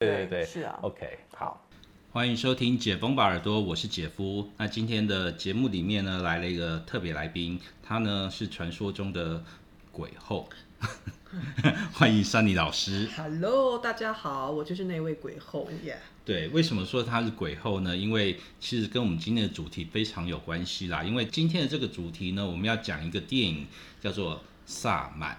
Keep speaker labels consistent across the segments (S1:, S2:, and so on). S1: 对对对，
S2: 是啊
S1: OK，好，
S3: 欢迎收听《解封吧耳朵》，我是姐夫。那今天的节目里面呢，来了一个特别来宾，他呢是传说中的鬼后， 欢迎山妮老师。
S4: Hello，大家好，我就是那位鬼后耶。
S3: 对，为什么说它是鬼后呢？因为其实跟我们今天的主题非常有关系啦。因为今天的这个主题呢，我们要讲一个电影，叫做《萨满》。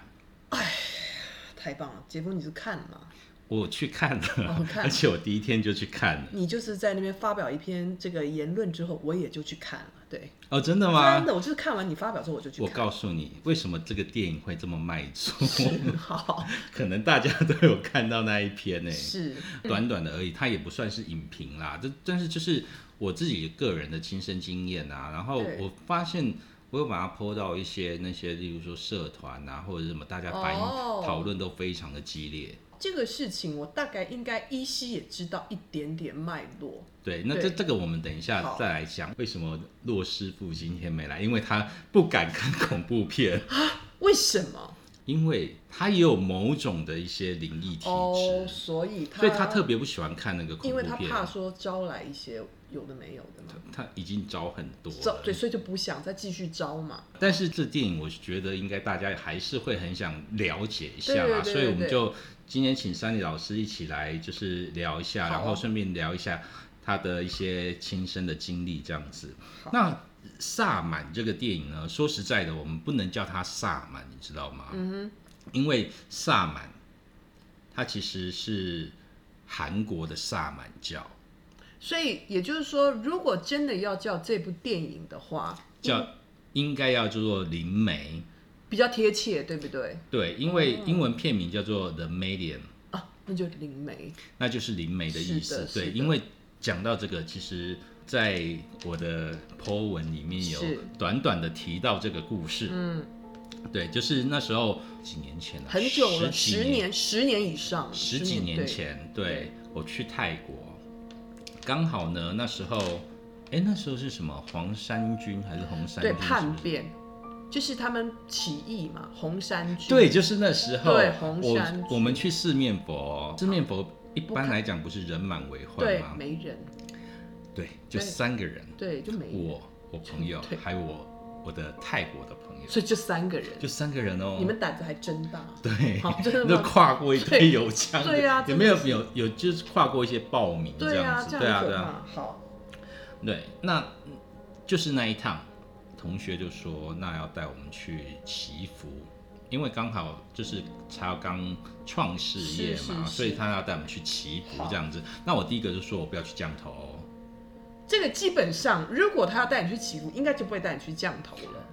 S4: 太棒了，杰夫，你是看吗？
S3: 我去看了，
S4: 哦看
S3: 而且我第一天就去看了。
S4: 你就是在那边发表一篇这个言论之后，我也就去看了。对，
S3: 哦，真的吗？
S4: 真的，我就是看完你发表之后我就去
S3: 我
S4: 看。
S3: 告诉你，为什么这个电影会这么卖座？
S4: 好，
S3: 可能大家都有看到那一篇呢、
S4: 是
S3: 短短的而已，它也不算是影评啦。这但是就是我自己个人的亲身经验啊，然后
S4: 对
S3: 我发现我有把它抛到一些那些，例如说社团啊或者是什么，大家反应
S4: 哦
S3: 讨论都非常的激烈。
S4: 这个事情，我大概应该依稀也知道一点点脉络。
S3: 对，那
S4: 对
S3: 这这个我们等一下
S4: 好
S3: 再来讲，为什么骆师傅今天没来？因为他不敢看恐怖片，
S4: 为什么？
S3: 因为他也有某种的一些灵异体质。
S4: 哦，所以他，
S3: 所以他特，别不喜欢看那个恐
S4: 因
S3: 怖
S4: 为他
S3: 片，
S4: 怕说招来一些有的没有的嘛，
S3: 他已经招很多
S4: 招
S3: 了
S4: 对，。所以就不想再继续招嘛。
S3: 但是这电影，我觉得应该大家还是会很想了解一下啦，
S4: 对对对
S3: 所以我们
S4: 对
S3: 就今天请山里老师一起来，就是聊一下，
S4: 好啊
S3: 然后顺便聊一下他的一些亲身的经历，这样子
S4: 好。
S3: 那《萨满》这个电影呢，说实在的，我们不能叫它萨满，你知道吗？
S4: 嗯
S3: 因为萨满，它其实是韩国的萨满教，
S4: 哼，所以也就是说，如果真的要叫这部电影的话，
S3: 叫应该要叫做灵媒。
S4: 比较贴切，对不对？
S3: 对，因为
S4: 哦
S3: 英文片名叫做《The Medium》，
S4: 啊，那就灵媒。
S3: 那就是灵媒的意
S4: 是
S3: 思
S4: 的。
S3: 对，
S4: 是的
S3: 因为讲到这个，其实在我的 po 文里面有
S4: 是
S3: 短短的提到这个故事。
S4: 嗯，
S3: 对，就是那时候几年前了，
S4: 很久了，
S3: 十
S4: 十
S3: 几
S4: 年，十年以上了，
S3: 十几年
S4: 对。
S3: 前，对我去泰国，刚好呢那时候，哎，那时候是什么黄山军还是红山军？
S4: 对
S3: 是不是
S4: 叛变，就是他们起义嘛，红山军。
S3: 对，就是那时候，
S4: 对红山
S3: 我
S4: 区
S3: 我们去四面佛，四面佛一般来讲不是人满为患
S4: 对
S3: 吗，？
S4: 没人，
S3: 对，就
S4: 对
S3: 三个人，
S4: 对，就没人，
S3: 我、我朋友
S4: 对，
S3: 还有我我的泰国的朋友，
S4: 所以就三个人。
S3: 就三个人哦。
S4: 你们胆子还真大。
S3: 对
S4: 好 真的，吗
S3: 就跨过一堆
S4: 对
S3: 油枪，
S4: 对啊
S3: 有
S4: 真
S3: 没
S4: 的
S3: 有有有就是跨过一些暴民这
S4: 对
S3: 样
S4: 啊，
S3: 子，
S4: 这
S3: 对
S4: 样
S3: 啊
S4: 很
S3: 对
S4: 可
S3: 啊，
S4: 怕。好，
S3: 对，那就是那一趟，同学就说那要带我们去祈福，因为刚好就是他刚创事业
S4: 是
S3: 嘛，
S4: 是是
S3: 所以他要带我们去祈福
S4: 好
S3: 这样子。那我第一个就说我不要去降头哦，
S4: 这个基本上，如果他要带你去祈福，应该就不会带你去降头了。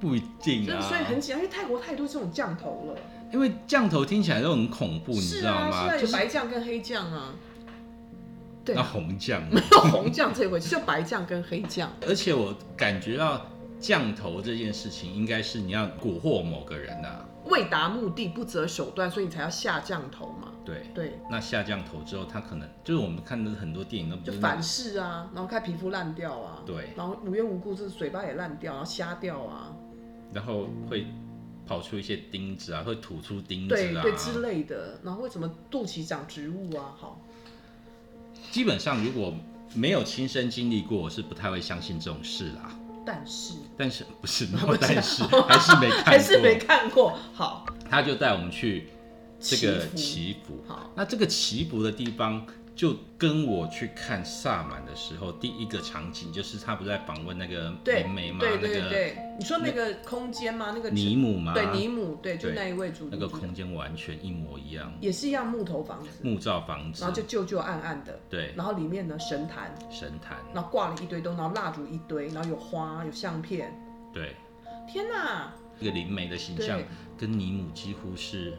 S3: 不一定
S4: 所以
S3: 啊，
S4: 所以很简单，因为泰国太多这种降头了。
S3: 因为降头听起来都很恐怖，你知
S4: 是
S3: 道
S4: 啊，
S3: 吗？
S4: 是啊，
S3: 就
S4: 有
S3: 是
S4: 白酱跟黑酱 啊。对
S3: 那
S4: 啊，
S3: 红降，
S4: 没有红酱这回事，就白酱跟黑酱。
S3: 而且我感觉到降头这件事情应该是你要蛊惑某个人啊，
S4: 为达目的不择手段，所以你才要下降头嘛。
S3: 对。
S4: 对，
S3: 那下降头之后，他可能就是我们看的很多电影都不
S4: 就是
S3: 那
S4: 反噬啊，然后看皮肤烂掉啊，
S3: 对
S4: 然后无缘无故就是嘴巴也烂掉，然后瞎掉啊，
S3: 然后会跑出一些钉子啊，会吐出钉子
S4: 对
S3: 啊，
S4: 对之类的，然后为什么肚脐长植物啊？好，
S3: 基本上如果没有亲身经历过，我是不太会相信这种事啦。
S4: 但是
S3: 但是不 是没有，但是还是没看过，
S4: 还是没看过。好，
S3: 他就带我们去这个
S4: 祈
S3: 祈福。
S4: 好，
S3: 那这个祈福的地方，就跟我去看萨满的时候，第一个场景就是他不是在访问那个
S4: 对
S3: 灵媒嘛，
S4: 对
S3: 那
S4: 对
S3: 个
S4: 对，你说那个空间吗？那个
S3: 尼姆嘛，
S4: 对尼姆，对，就
S3: 对
S4: 那一位主
S3: 那个空间完全一模一样，
S4: 也是一样木头房子，
S3: 木造房子
S4: 然后，就旧旧暗暗的，
S3: 对，
S4: 然后里面呢神坛，
S3: 神坛，
S4: 然后挂了一堆东西，然后蜡烛一堆，然后有花有相片，
S3: 对。
S4: 天哪，
S3: 这个灵媒的形象
S4: 对
S3: 跟尼姆几乎是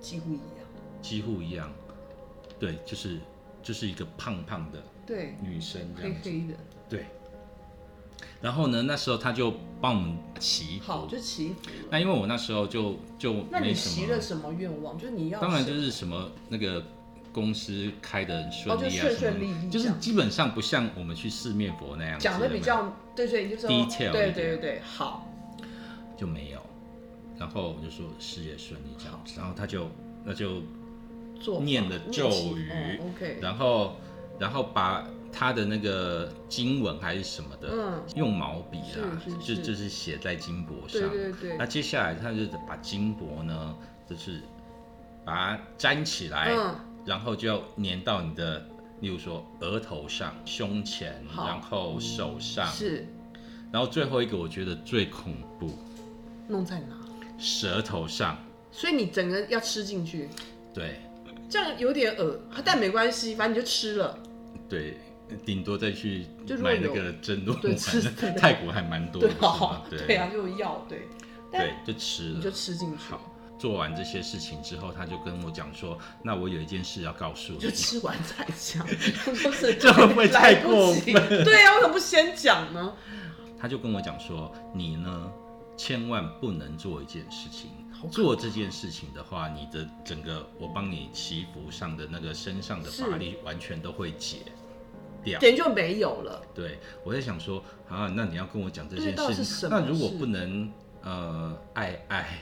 S4: 几乎一样。
S3: 几乎一样，对，就是就是一个胖胖的
S4: 对，
S3: 女生这
S4: 黑
S3: 样子，
S4: 黑的。
S3: 对。然后呢，那时候他就帮我们祈
S4: 好，
S3: 福。
S4: 就祈福了。
S3: 那因为我那时候就就
S4: 那
S3: 没
S4: 你
S3: 什
S4: 祈
S3: 么
S4: 了，什么愿望？就是你要
S3: 当然
S4: 什
S3: 就
S4: 么
S3: 是什么那个公司开的很顺利啊，
S4: 哦就顺
S3: 什么
S4: 顺利利
S3: 就是
S4: 这样
S3: 基本上不像我们去四面佛那样子
S4: 讲的
S3: 有没
S4: 比
S3: 有
S4: 较对对，你就说
S3: detail 一
S4: 对
S3: 点
S4: 对对对，好，
S3: 就没有。然后我就说事业顺利这样子，然后他就那就
S4: 做法
S3: 念的咒语
S4: 念经哦 OK，
S3: 然后然后把他的那个经文还是什么的，
S4: 嗯，
S3: 用毛笔啦，
S4: 是是
S3: 就是就是写在金箔
S4: 对
S3: 上。
S4: 对对
S3: 那，接下来他就把金箔呢，就是把它粘起来，
S4: 嗯，
S3: 然后就要粘到你的，例如说额头上、胸前，
S4: 好
S3: 然后手上，
S4: 是
S3: 然后最后一个我觉得最恐怖，
S4: 弄在哪？
S3: 舌头上。
S4: 所以你整个要吃进去，
S3: 对
S4: 这样有点恶，但没关系，反正你就吃了。
S3: 对，顶多再去
S4: 就如果
S3: 买那
S4: 有
S3: 个真露
S4: 对吃
S3: 丸， 泰国还蛮多的，
S4: 对
S3: 是
S4: 啊
S3: 吗，？
S4: 对啊，就药对，
S3: 对，就吃
S4: 你就
S3: 了。
S4: 吃进去，
S3: 做完这些事情之后，他就跟我讲说：“那我有一件事要告诉你
S4: 就。吃完再 讲，就是
S3: 这会不会太过分
S4: 来不及对啊，为什么不先讲呢？”
S3: 他就跟我讲说：“你呢，千万不能做一件事情
S4: 好可。怕
S3: 做这件事情的话，你的整个我帮你祈福上的那个身上的
S4: 是
S3: 法力完全都会解掉。”
S4: 等于就没有了。
S3: 对，我在想说啊，那你要跟我讲这件
S4: 对到底
S3: 事，
S4: 是什么
S3: 那如果
S4: 事
S3: 不能呃爱爱，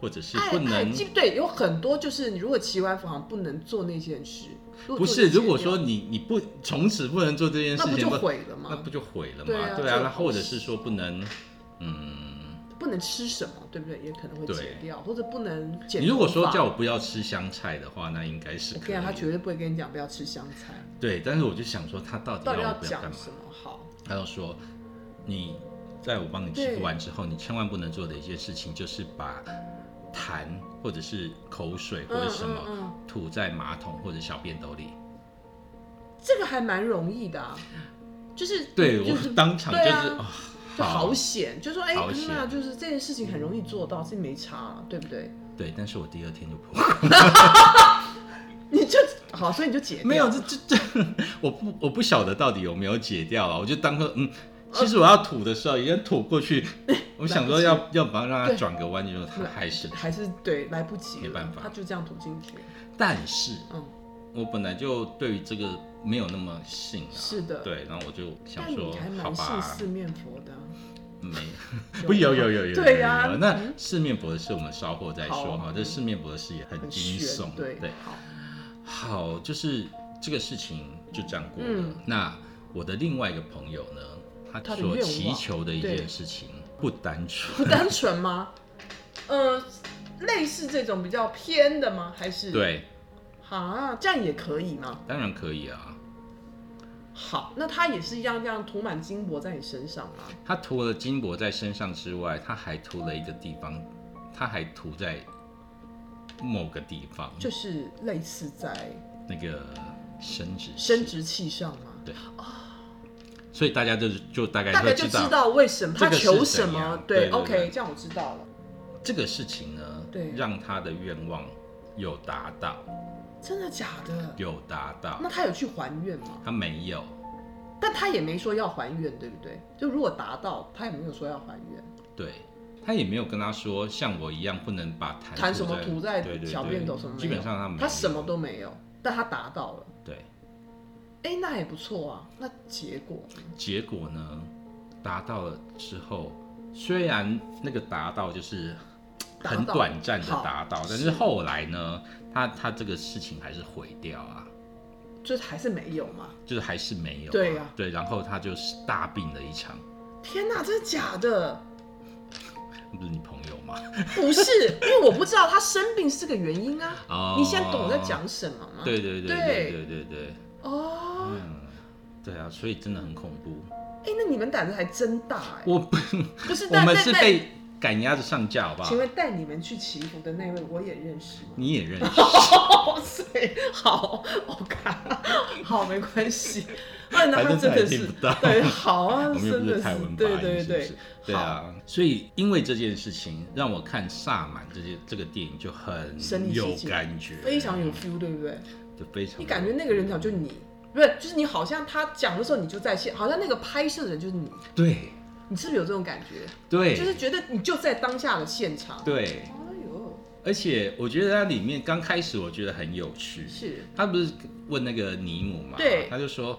S3: 或者是
S4: 爱
S3: 不
S4: 爱
S3: 能
S4: 基哎对，有很多就是你如果骑完服好像不能做那件事，如
S3: 不
S4: 果
S3: 是，
S4: 做这件事
S3: 如果说你你不从此不能做这件
S4: 那
S3: 事
S4: 不
S3: 情，
S4: 就
S3: 不
S4: 毁了
S3: 那
S4: 吗
S3: 不？就毁了
S4: 对
S3: 吗？
S4: 啊
S3: 对
S4: 这
S3: 啊，
S4: 个
S3: 那
S4: 好
S3: 或者是
S4: 事
S3: 说不能嗯，
S4: 不能吃什么，对不对？也可能会
S3: 对
S4: 解掉，或者不能剪头发。
S3: 你如果说叫我不要吃香菜的话，那应该是
S4: 我
S3: 可
S4: 跟你讲，他绝
S3: 以。
S4: 对不会跟你讲不要吃香菜，
S3: 对，但是我就想说他到底
S4: 到底
S3: 要
S4: 要
S3: 我不要干
S4: 讲
S3: 嘛？
S4: 什么好？
S3: 他就说你在我帮你祈
S4: 对
S3: 福完之后，你千万不能做的一件事情就是把痰或者是口水或者什么。
S4: 嗯嗯，
S3: 吐在马桶或者小便斗 里。
S4: 这个还蛮容易的啊，就是
S3: 对
S4: 就
S3: 我
S4: 是
S3: 当场就是
S4: 对啊
S3: 哦
S4: 就好险，就说哎，
S3: 好险
S4: 那就是这件事情很容易做到，是没差了，对不对？
S3: 对，但是我第二天就 破，
S4: 你就好，所以你就解掉
S3: 没有，这这这， 我不我不晓得到底有没有解掉了，我就当个嗯。
S4: 呃
S3: 其实我要吐的时候，已经吐过去，我想说要要把它让它
S4: 对
S3: 转个弯，就是它
S4: 来
S3: 还是。
S4: 还是对来不及了，
S3: 没办法
S4: 他就这样吐进去，
S3: 但是
S4: 嗯。
S3: 我本来就对于这个没有那么信啊，
S4: 是的
S3: 对，然后我就想
S4: 但
S3: 说
S4: 你还，
S3: 好
S4: 蛮信
S3: 吧
S4: 四，面佛的啊、
S3: 没
S4: 有
S3: 不 有
S4: 吗
S3: 有有有，
S4: 对
S3: 有
S4: 呀
S3: 有
S4: 嗯
S3: 那四面佛的事我们稍后再
S4: 好嗯
S3: 说哈，这四面佛的事也很
S4: 很
S3: 惊
S4: 玄
S3: 悚，
S4: 对
S3: 对。
S4: 好，
S3: 好，就是这个事情就这样过了。
S4: 嗯
S3: 那我的另外一个朋友呢，
S4: 他
S3: 他
S4: 的
S3: 所
S4: 愿望
S3: 祈求的一
S4: 对
S3: 件事情不单
S4: 不
S3: 纯，
S4: 单纯吗？呃，类似这种比较偏的吗？还是？
S3: 对，
S4: 啊，这样也可以吗？
S3: 当然可以啊。
S4: 好，那他也是一样，这样涂满金箔在你身上吗？
S3: 他涂了金箔在身上之外，他还涂了一个地方，他还涂在某个地方，
S4: 就是类似在
S3: 那个生殖
S4: 生
S3: 器，
S4: 殖器上吗？
S3: 所以大家就就大概
S4: 大概
S3: 会
S4: 就
S3: 知
S4: 知
S3: 道
S4: 道为什么
S3: 这
S4: 他
S3: 个是
S4: 求
S3: 怎
S4: 什么
S3: 样。对
S4: 对
S3: 对
S4: o
S3: 对
S4: k 这样我知道了。
S3: 这个事情呢
S4: 对，
S3: 让他的愿望有达到，
S4: 真的假的？
S3: 有达到，
S4: 那他有去还愿吗？
S3: 他没有。
S4: 但他也没说要还愿，对不对？就如果达到，他也没有说要还愿。
S3: 对，他也没有跟他说像我一样不能把痰
S4: 弹什么
S3: 涂
S4: 涂在
S3: 对对
S4: 小
S3: 对
S4: 便斗什么没有
S3: 基本上他没有
S4: 他什么都没有，但他达到了。
S3: 对。
S4: 哎、那也不错啊。那结果呢
S3: 结果呢，达到了之后，虽然那个达到就是
S4: 达到
S3: 很短暂的
S4: 好
S3: 达到，但
S4: 是
S3: 是后来呢，他他这个事情还是毁掉啊，
S4: 就是还是没有嘛？
S3: 就是还是没有、
S4: 对啊
S3: 对，然后他就是大病了一场，
S4: 天哪，真的假的？
S3: 不是你朋友吗？
S4: 不是，因为我不知道他生病是个原因啊。
S3: 哦
S4: 你现在懂我在讲什么吗？
S3: 对对对
S4: 对
S3: 对对对对，
S4: 哦，
S3: 嗯，对啊，所以真的很恐怖。
S4: 哎、那你们胆子还真大哎、
S3: 我不，
S4: 不是，
S3: 我
S4: 但
S3: 们
S4: 但
S3: 是
S4: 但，
S3: 被赶鸭子上架，好不好
S4: 请？问带你们去祈福的那位我也认识吗？
S3: 你也认识。
S4: 哦，所以好，OK，好，没 关系。啊，那
S3: 反
S4: 他
S3: 正
S4: 真
S3: 他也
S4: 的
S3: 听
S4: 是
S3: 不到
S4: 对，好啊，
S3: 我们又
S4: 真
S3: 不
S4: 的
S3: 是
S4: 是
S3: 台湾
S4: 对
S3: 发音，
S4: 对
S3: 是不
S4: 对
S3: 是，？对啊，所以因为这件事情让我看《萨满》这些这个电影就很
S4: 身临
S3: 有
S4: 其境
S3: 感觉，
S4: 非常有 feel，对不对？
S3: 就非常有。
S4: 你感觉那个人讲就你，不是，就是你好像他讲的时候你就在线，好像那个拍摄的人就是你，
S3: 对
S4: 你是不是有这种感觉？
S3: 对，
S4: 就是觉得你就在当下的现场。
S3: 对
S4: 哎，呦，
S3: 而且我觉得它里面刚开始我觉得很有趣，
S4: 是
S3: 他不是问那个尼姆嘛，
S4: 对
S3: 他就说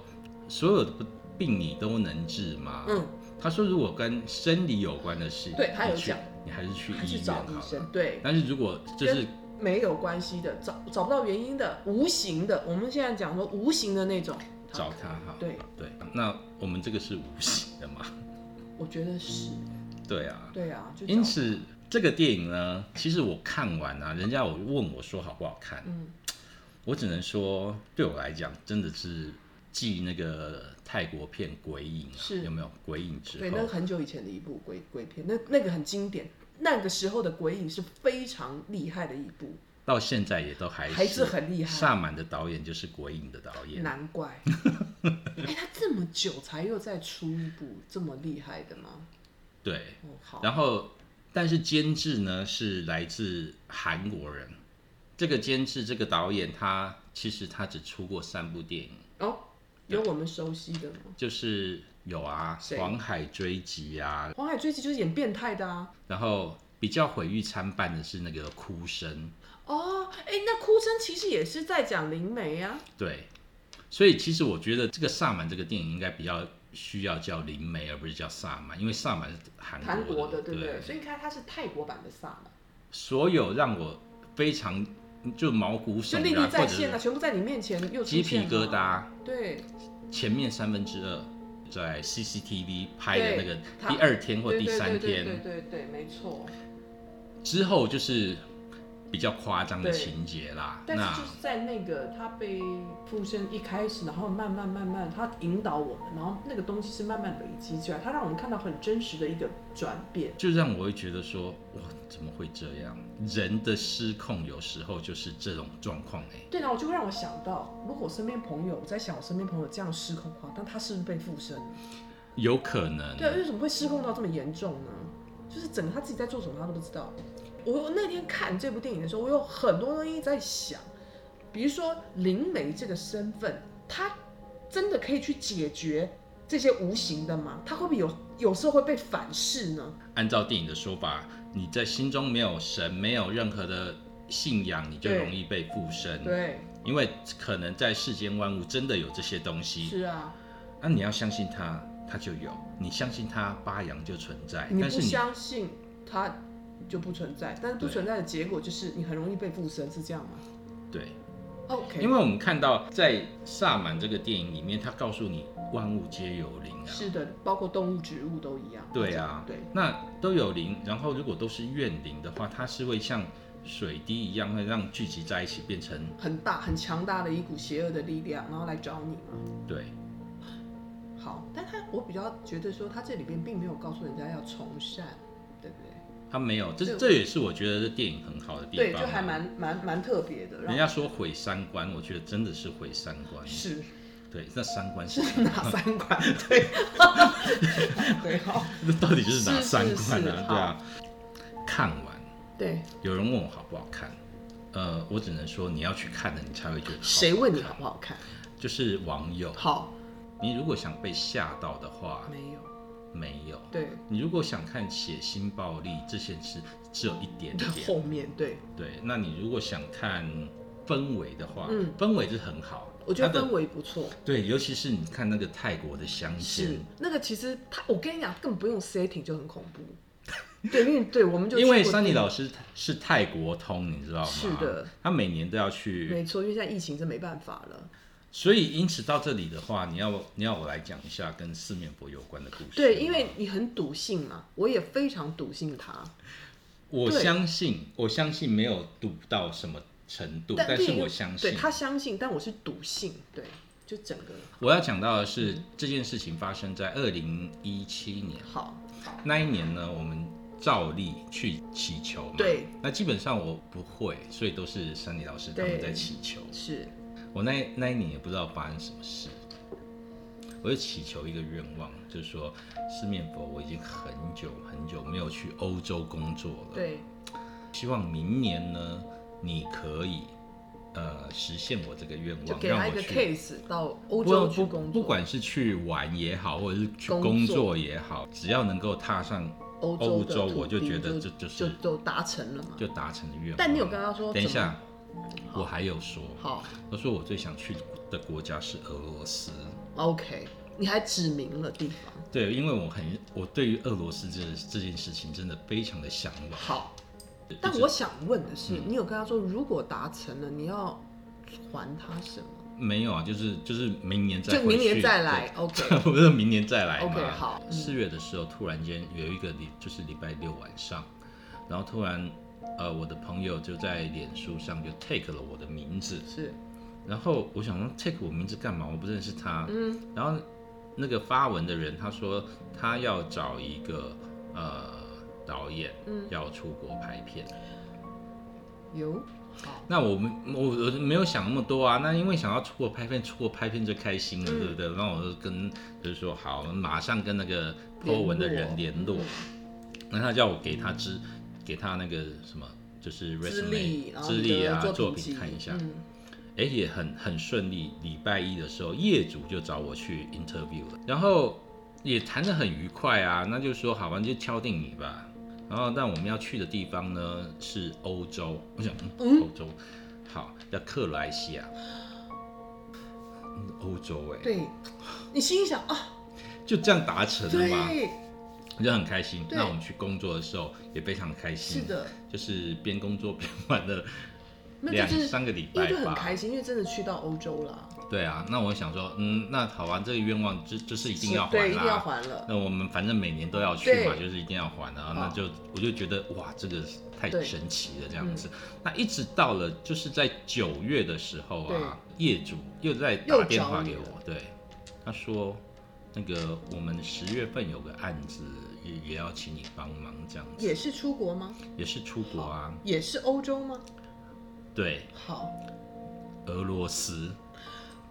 S3: 所有的病你都能治吗？
S4: 嗯，
S3: 他说如果跟生理有关的事，
S4: 对他有
S3: 你去
S4: 讲，
S3: 你还是去
S4: 还去
S3: 医院
S4: 找
S3: 好
S4: 医
S3: 了。
S4: 生，对，
S3: 但是如果就是
S4: 跟没有关系的，找找不到原因的，无形的，我们现在讲说无形的那种，
S3: 找他哈。
S4: 对，
S3: 对，那我们这个是无形的嘛？
S4: 我觉得是，
S3: 对啊，
S4: 对啊，就
S3: 因
S4: 找
S3: 此这个电影呢，其实我看完啊，人家我问我说好不好看，
S4: 嗯
S3: 我只能说对我来讲真的是继那个泰国片《鬼影》啊
S4: 是
S3: 有没有《鬼影》之
S4: 对，那
S3: 后
S4: 个，很久以前的一部鬼鬼片，那那个很经典，那个时候的鬼影是非常厉害的一部，
S3: 到现在也都还
S4: 还是很厉害
S3: 萨满的导演就是《鬼影》的导演，
S4: 难 怪。哎、他这么久才又再出一部这么厉害的吗？
S3: 对，
S4: 哦，好，
S3: 然后但是监制呢是来自韩国人，这个监制这个导演他其实他只出过三部电影。
S4: 哦，有我们熟悉的吗？
S3: 就是有啊，
S4: 谁
S3: 黄海追击啊，
S4: 黄海追击就是演变态的啊。
S3: 然后比较毁誉参半的是那个哭声，
S4: 哦，哎、那哭声其实也是在讲灵媒啊。
S3: 对，所以其实我觉得这个萨满这个电影应该比较需要叫灵媒，而不是叫萨满，因为萨满是韩国
S4: 韩国
S3: 的
S4: 的，对不
S3: 对
S4: 对？所以你看，它是泰国版的萨满，
S3: 所有让我非常就毛骨悚
S4: 就历历
S3: 然，或
S4: 在
S3: 者
S4: 现啊，
S3: 是
S4: 全部在你面前又出
S3: 鸡皮
S4: 现
S3: 疙
S4: 了。
S3: 瘩，
S4: 对，
S3: 前面三分之二在 CCTV 拍的那
S4: 对
S3: 个
S4: 他
S3: 第二天或
S4: 对
S3: 第
S4: 对
S3: 三
S4: 对
S3: 天，
S4: 对对对对，没错。
S3: 之后就是比较夸张的
S4: 对
S3: 情节啦。
S4: 但
S3: 那
S4: 是就是在那个他被附身一开始，然后慢慢慢慢，他引导我们，然后那个东西是慢慢累积起来，他让我们看到很真实的一个转变。
S3: 就让我会觉得说，哇，怎么会这样？人的失控有时候就是这种状况哎、
S4: 对，然后我就会让我想到，如果我身边朋友，我在想我身边朋友这样失控的话，那他是不是被附身了？
S3: 有可能。
S4: 对啊，为什么会失控到这么严重呢？就是整个他自己在做什么，他都不知道。我那天看这部电影的时候，我有很多东西在想，比如说灵媒这个身份，他真的可以去解决这些无形的吗？他会不会有有时候会被反噬呢？
S3: 按照电影的说法，你在心中没有神，没有任何的信仰，你就
S4: 对
S3: 容易被附身。
S4: 对，
S3: 因为可能在世间万物真的有这些东西，
S4: 是啊，
S3: 那、你要相信它，它就有；你相信它，八阳就存在。
S4: 你
S3: 但
S4: 不
S3: 是你
S4: 相信他就不存在，但是不
S3: 对啊
S4: 存在的结果就是你很容易被附身，是这样吗
S3: 对，啊
S4: ？OK，
S3: 因为我们看到在《萨满》这个电影里面，它告诉你万物皆有灵啊。
S4: 是的，包括动物、植物都一样。
S3: 对啊，
S4: 对，
S3: 那都有灵，然后如果都是怨灵的话，它是会像水滴一样，会让聚集在一起变成
S4: 很大、很强大的一股邪恶的力量，然后来找你嘛。
S3: 对，
S4: 好，但他我比较觉得说，他这里边并没有告诉人家要从善，对不对？
S3: 它没有，这
S4: 对
S3: 这也是我觉得这电影很好的地
S4: 对，
S3: 方、啊
S4: 就还。蛮蛮蛮特别的。
S3: 人
S4: 然后
S3: 家说毁三观，我觉得真的是毁三观。
S4: 是
S3: 对，那三观是
S4: 是哪三款？ 对，对，好，
S3: 那 到底是哪
S4: 是是
S3: 三观
S4: 是
S3: 啊？对啊，看完
S4: 对，
S3: 有人问我好不好看，呃，我只能说你要去看了，你才会觉得好不好
S4: 谁问你
S3: 看
S4: 好不好看？
S3: 就是网友，
S4: 好，
S3: 你如果想被吓到的话，
S4: 没有，
S3: 没有。
S4: 对，
S3: 你如果想看血腥暴力这些是只有一点
S4: 对，
S3: 点，
S4: 后面对，
S3: 对。那你如果想看氛围的话，
S4: 嗯
S3: 氛围是很好，
S4: 我觉
S3: 它
S4: 得
S3: 的
S4: 氛围不错。
S3: 对，尤其是你看那个泰国的香
S4: 是
S3: 间，
S4: 那个，其实他，我跟你讲，根本不用 setting 就很恐怖。对，因为对，我们就
S3: 因为
S4: 去过
S3: 山里
S4: 地
S3: 老师是泰国通，你知道吗？
S4: 是的，
S3: 他每年都要去，
S4: 没错，因为现在疫情真没办法了。
S3: 所以因此到这里的话，你要你要我来讲一下跟四面佛有关的故事吗。
S4: 对，因为你很笃信嘛，我也非常笃信他。
S3: 我
S4: 对
S3: 相信，我相信没有赌到什么程度，但是
S4: 对
S3: 我相
S4: 对
S3: 信，
S4: 他相信，但我是笃信，对，就整个
S3: 我要讲到的是，
S4: 嗯
S3: 这件事情发生在二零一七年
S4: 好，
S3: 那一年呢，我们照例去祈求嘛。
S4: 对。
S3: 那基本上我不会，所以都是山里老师他
S4: 对
S3: 们在祈求。
S4: 是
S3: 我那那一年也不知道发生什么事，我就祈求一个愿望，就是说四面佛，我已经很久很久没有去欧洲工作了，
S4: 对，
S3: 希望明年呢，你可以呃实现我这个愿
S4: 就
S3: 望，
S4: 给
S3: 让
S4: 他
S3: 我
S4: 一个
S3: 去
S4: case 到欧
S3: 不
S4: 洲去
S3: 不
S4: 工作，
S3: 不管是去玩也好，或者是去
S4: 工作
S3: 工作也好，只要能够踏上欧
S4: 欧洲的
S3: 洲
S4: 土
S3: 我就
S4: 地
S3: 觉得这
S4: 就
S3: 就是
S4: 就就达成了嘛。
S3: 就达成的愿望。
S4: 但你有跟他说
S3: 等一
S4: 怎么
S3: 下，我还有说，
S4: 好
S3: 我说我最想去的国家是俄罗斯。
S4: ，OK，你还指明了地方，
S3: 对，因为我很我对于俄罗斯这这件事情真的非常的向往。嗯
S4: 好，但我想问的是，你有跟他说，如果达成了，你要还他什么？
S3: 没有啊，就是就是明年再
S4: 就明
S3: 回
S4: 年
S3: 去
S4: 再来。，OK
S3: 对 不是明年再来嘛
S4: OK，好，嗯
S3: 四月的时候，突然间有一个礼，就是礼拜六晚上，然后突然，呃，我的朋友就在脸书上就 take 了我的名字，
S4: 嗯是，
S3: 然后我想说 take 我名字干嘛？我不认识他。
S4: 嗯，
S3: 然后那个发文的人他说他要找一个呃导演，
S4: 嗯，
S3: 要出国拍片。
S4: 有，好，
S3: 那我们我我没有想那么多啊，那因为想要出国拍片，出国拍片就开心了，
S4: 嗯
S3: 对不对？那我就跟就是说好，马上跟那个 po 文的人联络，
S4: 嗯
S3: 那他叫我给他资，给他那个什么，就是
S4: 资
S3: resume
S4: 历，然后
S3: 资
S4: 你
S3: 历
S4: 的
S3: 啊作
S4: 品集
S3: 品看一下，
S4: 嗯
S3: 哎、也很很顺利。礼拜一的时候，业主就找我去 interview 了，然后也谈得很愉快啊，那就说好吧，就敲定你吧。然后，但我们要去的地方呢是欧洲，我想，嗯，欧洲，好，要克罗埃西亚，嗯欧洲哎、
S4: 对，你心里想啊，
S3: 就这样达成了嘛，
S4: 对，
S3: 我就很开心。
S4: 对
S3: 那我们去工作的时候也非常开心，
S4: 是，的，
S3: 就是边工作边玩了
S4: 那
S3: 嗯两
S4: 就是
S3: 三个礼
S4: 因为
S3: 拜
S4: 就很
S3: 吧，
S4: 开心，因为真的去到欧洲了，
S3: 对啊，那我想说，嗯，那好吧，这个愿望就就是一定要
S4: 对，
S3: 还
S4: 一定要
S3: 啦。
S4: 还了，
S3: 那我们反正每年都要去嘛，
S4: 对
S3: 就是一定要还啊。
S4: 好
S3: 那就我就觉得哇，这个太
S4: 对
S3: 神奇了这样子。那一直到了就是在九月的时候啊，业主又在打电话给
S4: 又找
S3: 我，对，他说那个我们十月份有个案子也也要请你帮忙这样子，
S4: 也是出国吗？
S3: 也是出国啊，
S4: 也是欧洲吗？
S3: 对，
S4: 好
S3: 俄罗斯。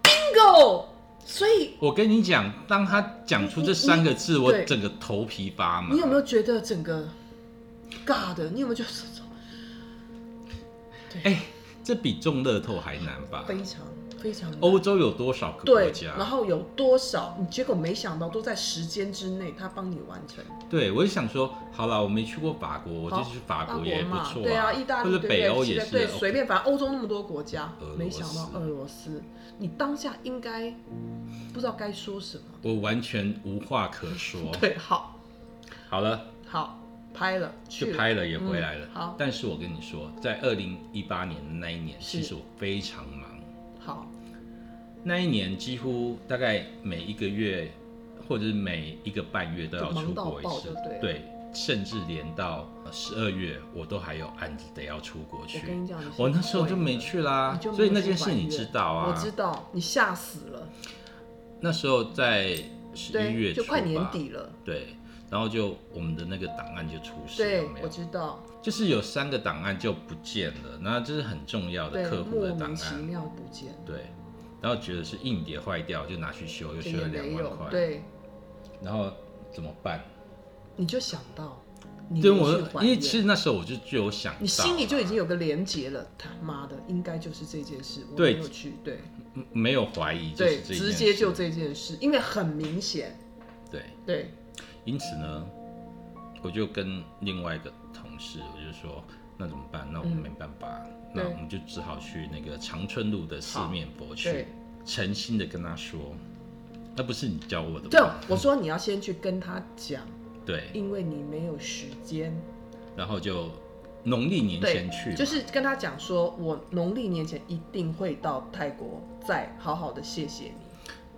S4: ，bingo，所以
S3: 我跟你讲，当他讲出这三个字，
S4: 你
S3: 我
S4: 对
S3: 整个头皮发麻。
S4: 你有没有觉得整个尬的？你有没有觉得这种
S3: 哎、这比中乐透还难吧？
S4: 非常非常
S3: 欧洲有多少个国
S4: 对，
S3: 家？
S4: 然后有多少？你结果没想到都在时间之内，他帮你完成。
S3: 对，我就想说，好了，我没去过法国，我
S4: 好
S3: 就去法
S4: 哦法
S3: 国也不
S4: 嘛，
S3: 错
S4: 对啊，意大
S3: 或
S4: 利
S3: 者
S4: 对不
S3: 北欧
S4: 对？
S3: 也
S4: 西
S3: 是
S4: 边对，
S3: OK
S4: 随便，反正欧洲那么多国家
S3: 俄罗，斯
S4: 没想到俄罗斯，你当下应该不知道该说什么。
S3: 我完全无话可说。
S4: 对，好，
S3: 好了，
S4: 好，拍了，去
S3: 去
S4: 了
S3: 拍了也回来了。
S4: 嗯好
S3: 但是我跟你说，在二零一八年的那一年，
S4: 是
S3: 其实我非常忙。
S4: 好，
S3: 那一年几乎大概每一个月或者是每一个半月都要
S4: 就忙
S3: 出
S4: 到
S3: 国一
S4: 爆
S3: 次
S4: 就对了，
S3: 对，甚至连到十二月我都还有案子得要出国
S4: 我跟
S3: 去。
S4: 你讲，你
S3: 我那时候就没
S4: 是
S3: 去
S4: 你
S3: 啦，
S4: 就没有
S3: 所以那
S4: 去
S3: 件事
S4: 还
S3: 你
S4: 愿
S3: 知道
S4: 坏的，
S3: 啊。
S4: 我知道，你吓死了，
S3: 那时候在十一月
S4: 对，就快
S3: 初吧
S4: 年，底了，
S3: 对，然后就我们的那个档案就出事了
S4: 对
S3: 没，
S4: 我
S3: 有？
S4: 知道，
S3: 就是有三个档案就不见了，那这是很重要
S4: 对
S3: 的，客户
S4: 莫
S3: 的档
S4: 名其
S3: 案，
S4: 妙不见，
S3: 对。然后觉得是硬碟坏掉，就拿去修，又
S4: 对
S3: 修了
S4: 也
S3: 两
S4: 没
S3: 万
S4: 有，
S3: 块。
S4: 对，
S3: 然后怎么办？
S4: 你就想到，你
S3: 对
S4: 没
S3: 我
S4: 去，还
S3: 因为
S4: 愿
S3: 其实那时候我就就有想到，
S4: 你心里就已经有个连结了，他妈的，应该就是这件事，我
S3: 对
S4: 没有去，对
S3: 嗯没有怀疑，就是
S4: 对，
S3: 这一
S4: 直
S3: 件
S4: 接就
S3: 事
S4: 这件事，因为很明显，
S3: 对。
S4: 对，
S3: 因此呢，我就跟另外一个同事，我就说，那怎么办？那我们没办法，那
S4: 嗯对
S3: 我们就只好去那个长春路的四面佛去
S4: 对，
S3: 诚心的跟他说，那不是你教我的
S4: 对
S3: 吗？，
S4: 我说你要先去跟他讲，
S3: 对，
S4: 因为你没有时间，
S3: 然后就农历年
S4: 对
S3: 前嗯去，，
S4: 就是跟他讲说，我农历年前一定会到泰国，再好好的谢谢你，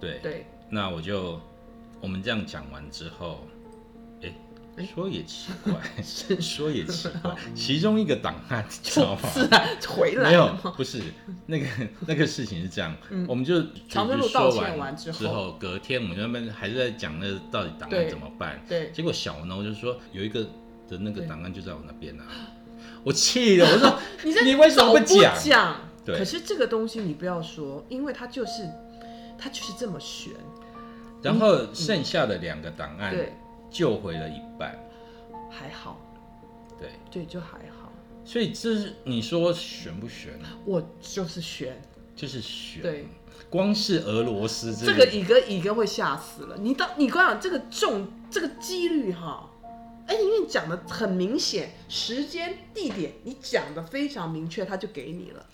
S3: 对，
S4: 对，
S3: 那我就我们这样讲完之后，哎、
S4: 诶
S3: 说也奇 怪，说也奇怪，其中一个档案，你知道吗？
S4: 是啊，回来
S3: 没有
S4: 了吗？，嗯
S3: 不是那个 那个事情是这样，我们就就
S4: 长春
S3: 就
S4: 路
S3: 说
S4: 道歉
S3: 完
S4: 完之后
S3: 隔天我们那边还是在讲那个到底档案
S4: 对
S3: 怎么办。
S4: 对，
S3: 结果小呢，我就说有一个的那个
S4: 对
S3: 档案就在我那边啊，我气了，我说
S4: 你这
S3: 你为什么
S4: 早不
S3: 讲？
S4: 讲？
S3: 对
S4: 可是这个东西你不要说，因为它就是它就是这么悬。
S3: 然后剩下的两个档案
S4: 对，
S3: 救回了一半，
S4: 还好，
S3: 对，
S4: 对，就还好。
S3: 所以这是你说悬不悬？
S4: 我就是悬，
S3: 就是悬，
S4: 对，
S3: 光是俄罗斯
S4: 这个一个一个会吓死了。你到你跟我讲这个中这个几率哈，哎，因为你讲的很明显，时间地点你讲的非常明确，他就给你了。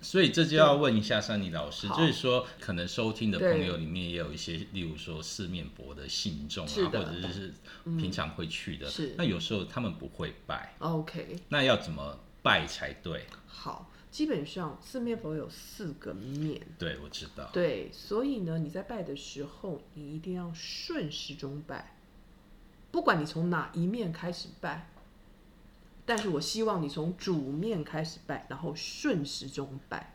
S3: 所以这就要问一下山妮老师，
S4: 好
S3: 就是说，可能收听的
S4: 对
S3: 朋友里面也有一些，例如说四面佛的信众啊，
S4: 是
S3: 或
S4: 的
S3: 者是平常会去的，
S4: 是
S3: 那有时候他们不会拜，
S4: OK，
S3: 那要怎么拜才对？
S4: 好，基本上四面佛有四个面，
S3: 对，我知道，
S4: 对，所以呢，你在拜的时候，你一定要顺时钟拜，不管你从哪一面开始拜。但是我希望你从主面开始拜，然后顺时钟拜，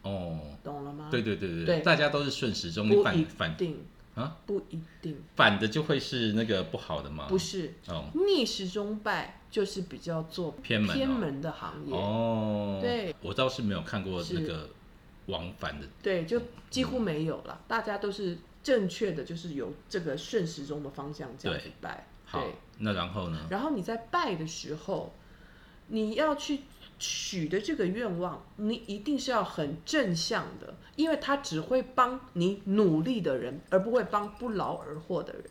S3: 哦，
S4: 懂了吗？
S3: 对对对对
S4: 啊对
S3: 大家都是顺时钟，你
S4: 不
S3: 反
S4: 一
S3: 反
S4: 定
S3: 啊
S4: 不一定，
S3: 反的就会是那个不好的吗？
S4: 不是
S3: 哦
S4: 逆时钟拜就是比较做
S3: 偏门哦
S4: 偏门的行业，
S3: 哦，
S4: 对，
S3: 我倒是没有看过
S4: 是
S3: 那个往返的，
S4: 对，就几乎没有了，大家都是正确的，就是由这个顺时钟的方向这样子
S3: 对
S4: 拜，
S3: 好
S4: 对。，
S3: 那然后呢？
S4: 然后你在拜的时候，你要去许的这个愿望，你一定是要很正向的，因为它只会帮你努力的人，而不会帮不劳而获的人。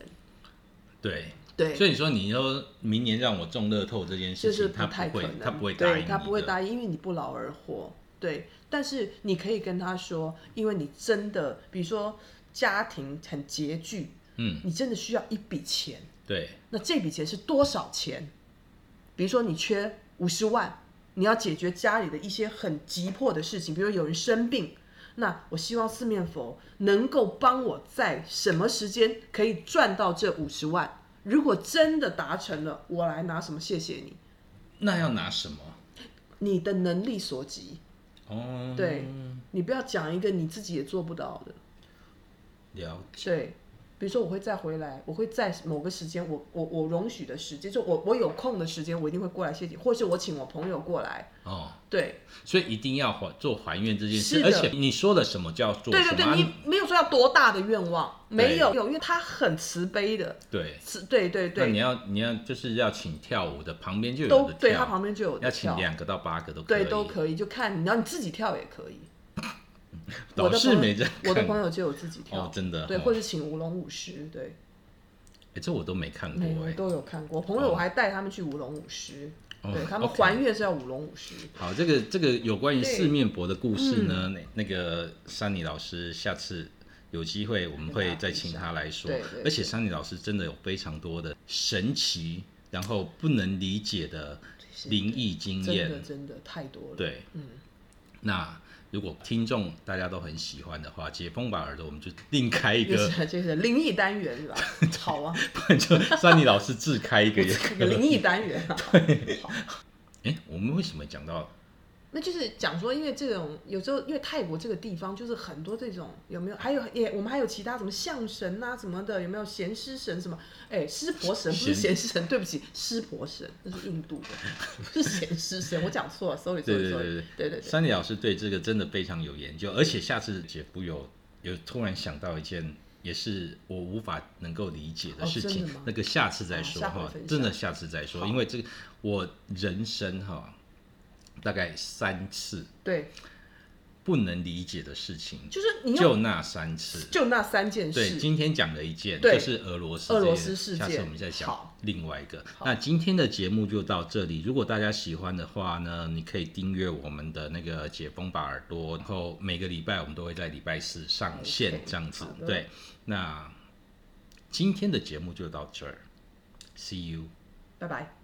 S3: 对，
S4: 对，
S3: 所以说，你说明年让我中乐透这件
S4: 这
S3: 事
S4: 是
S3: 情，他
S4: 太
S3: 不
S4: 可
S3: 会
S4: 能，，
S3: 他不会答应
S4: 对
S3: 你
S4: 他不会
S3: 的
S4: 答应，因为你不劳而获。对，但是你可以跟他说，因为你真的，比如说家庭很拮据，
S3: 嗯，
S4: 你真的需要一笔钱，
S3: 对，
S4: 那这笔钱是多少钱？比如说你缺五十万，你要解决家里的一些很急迫的事情，比如有人生病，那我希望四面佛能够帮我在什么时间可以赚到这五十万。如果真的达成了，我来拿什么谢谢你？
S3: 那要拿什么？
S4: 你的能力所及，
S3: 哦，
S4: 对，你不要讲一个你自己也做不到的。
S3: 了
S4: 对，比如说我会再回来，我会在某个时间，我我我容许的时间，就我我有空的时间，我一定会过来谢谢，或是我请我朋友过来。
S3: 哦，
S4: 对，
S3: 所以一定要还做还愿这件
S4: 是
S3: 事，
S4: 的
S3: 而且你说了什么就要做
S4: 对
S3: 什
S4: 对
S3: 么，
S4: 对，
S3: 啊
S4: 你没有说要多大的愿望，没
S3: 对
S4: 有有，因为他很慈悲的，
S3: 对，
S4: 慈对对
S3: 那你
S4: 对，
S3: 要你要就是要请跳舞的，旁边就有
S4: 都
S3: 的
S4: 对他
S3: 跳，
S4: 旁边就有
S3: 要
S4: 的
S3: 请
S4: 跳，
S3: 两个到八个都可
S4: 对
S3: 以，
S4: 都可以，就看你，然后你自己跳也可以。我
S3: 老
S4: 的
S3: 是
S4: 朋
S3: 没
S4: 友
S3: 在
S4: 我的
S3: 看
S4: 朋友就有自己跳，
S3: 哦，真的，
S4: 对，
S3: 哦
S4: 或者请舞龙舞狮，对。
S3: 哎，这我都没看
S4: 每
S3: 过
S4: 我
S3: 哎，
S4: 都有看过，朋友我还带他们去舞龙舞狮，
S3: 哦
S4: 对他们
S3: OK
S4: 还愿是要舞龙舞狮。
S3: 好，这个这个有关于
S4: 对嗯
S3: 四面佛的故事呢，那那个山妮老师下次有机会我们会再请他来说
S4: 嗯对对对。
S3: 而且山妮老师真的有非常多的神奇，然后不能理解的灵异经
S4: 真的
S3: 验。
S4: 真的太多了。，
S3: 对，
S4: 嗯，
S3: 那如果听众大家都很喜欢的话，解封把耳朵我们就另开一
S4: 就
S3: 个，
S4: 是就是灵异单元 是吧？好啊，
S3: 不然 就山妮老师自开一个也可
S4: 有
S3: 以。
S4: 灵异单元 啊。好
S3: 哎，我们为什么讲到
S4: 那就是讲说，因为这种有时候，因为泰国这个地方就是很多这种有没有？还有也我们还有其他什么象神啊什么的，有没有咸湿神什么？哎，湿婆神不是
S3: 咸
S4: 咸湿神，对不起，湿婆神那是印度 的，是咸湿神，我讲错了，sorry
S3: 对对
S4: sorry sorry，
S3: 对
S4: 对对对，
S3: 山里老师对这个真的非常有研究，而且下次姐夫有有突然想到一件，也是我无法能够理解的
S4: 哦
S3: 事情，
S4: 真的吗
S3: 那个下次再说
S4: 好下回
S3: 哈
S4: 分，享
S3: 真的下次再说，
S4: 好
S3: 因为这个我人生哈大概三次
S4: 对，
S3: 不能理解的事情，
S4: 就是你用
S3: 就那三次。
S4: 就那三件
S3: 对，
S4: 事。
S3: 今天讲了一件，
S4: 对
S3: 就是俄罗斯
S4: 俄罗
S3: 这件
S4: 斯事
S3: 下次
S4: 件
S3: 我们再讲
S4: 好
S3: 另外一个。
S4: 好
S3: 那今天的节目就到这里，如果大家喜欢的话呢，你可以订阅我们的那个解封吧耳朵，然后每个礼拜我们都会在礼拜四上线
S4: OK，
S3: 这样子
S4: 好。的
S3: 对，那今天的节目就到这儿，See you。
S4: 拜拜。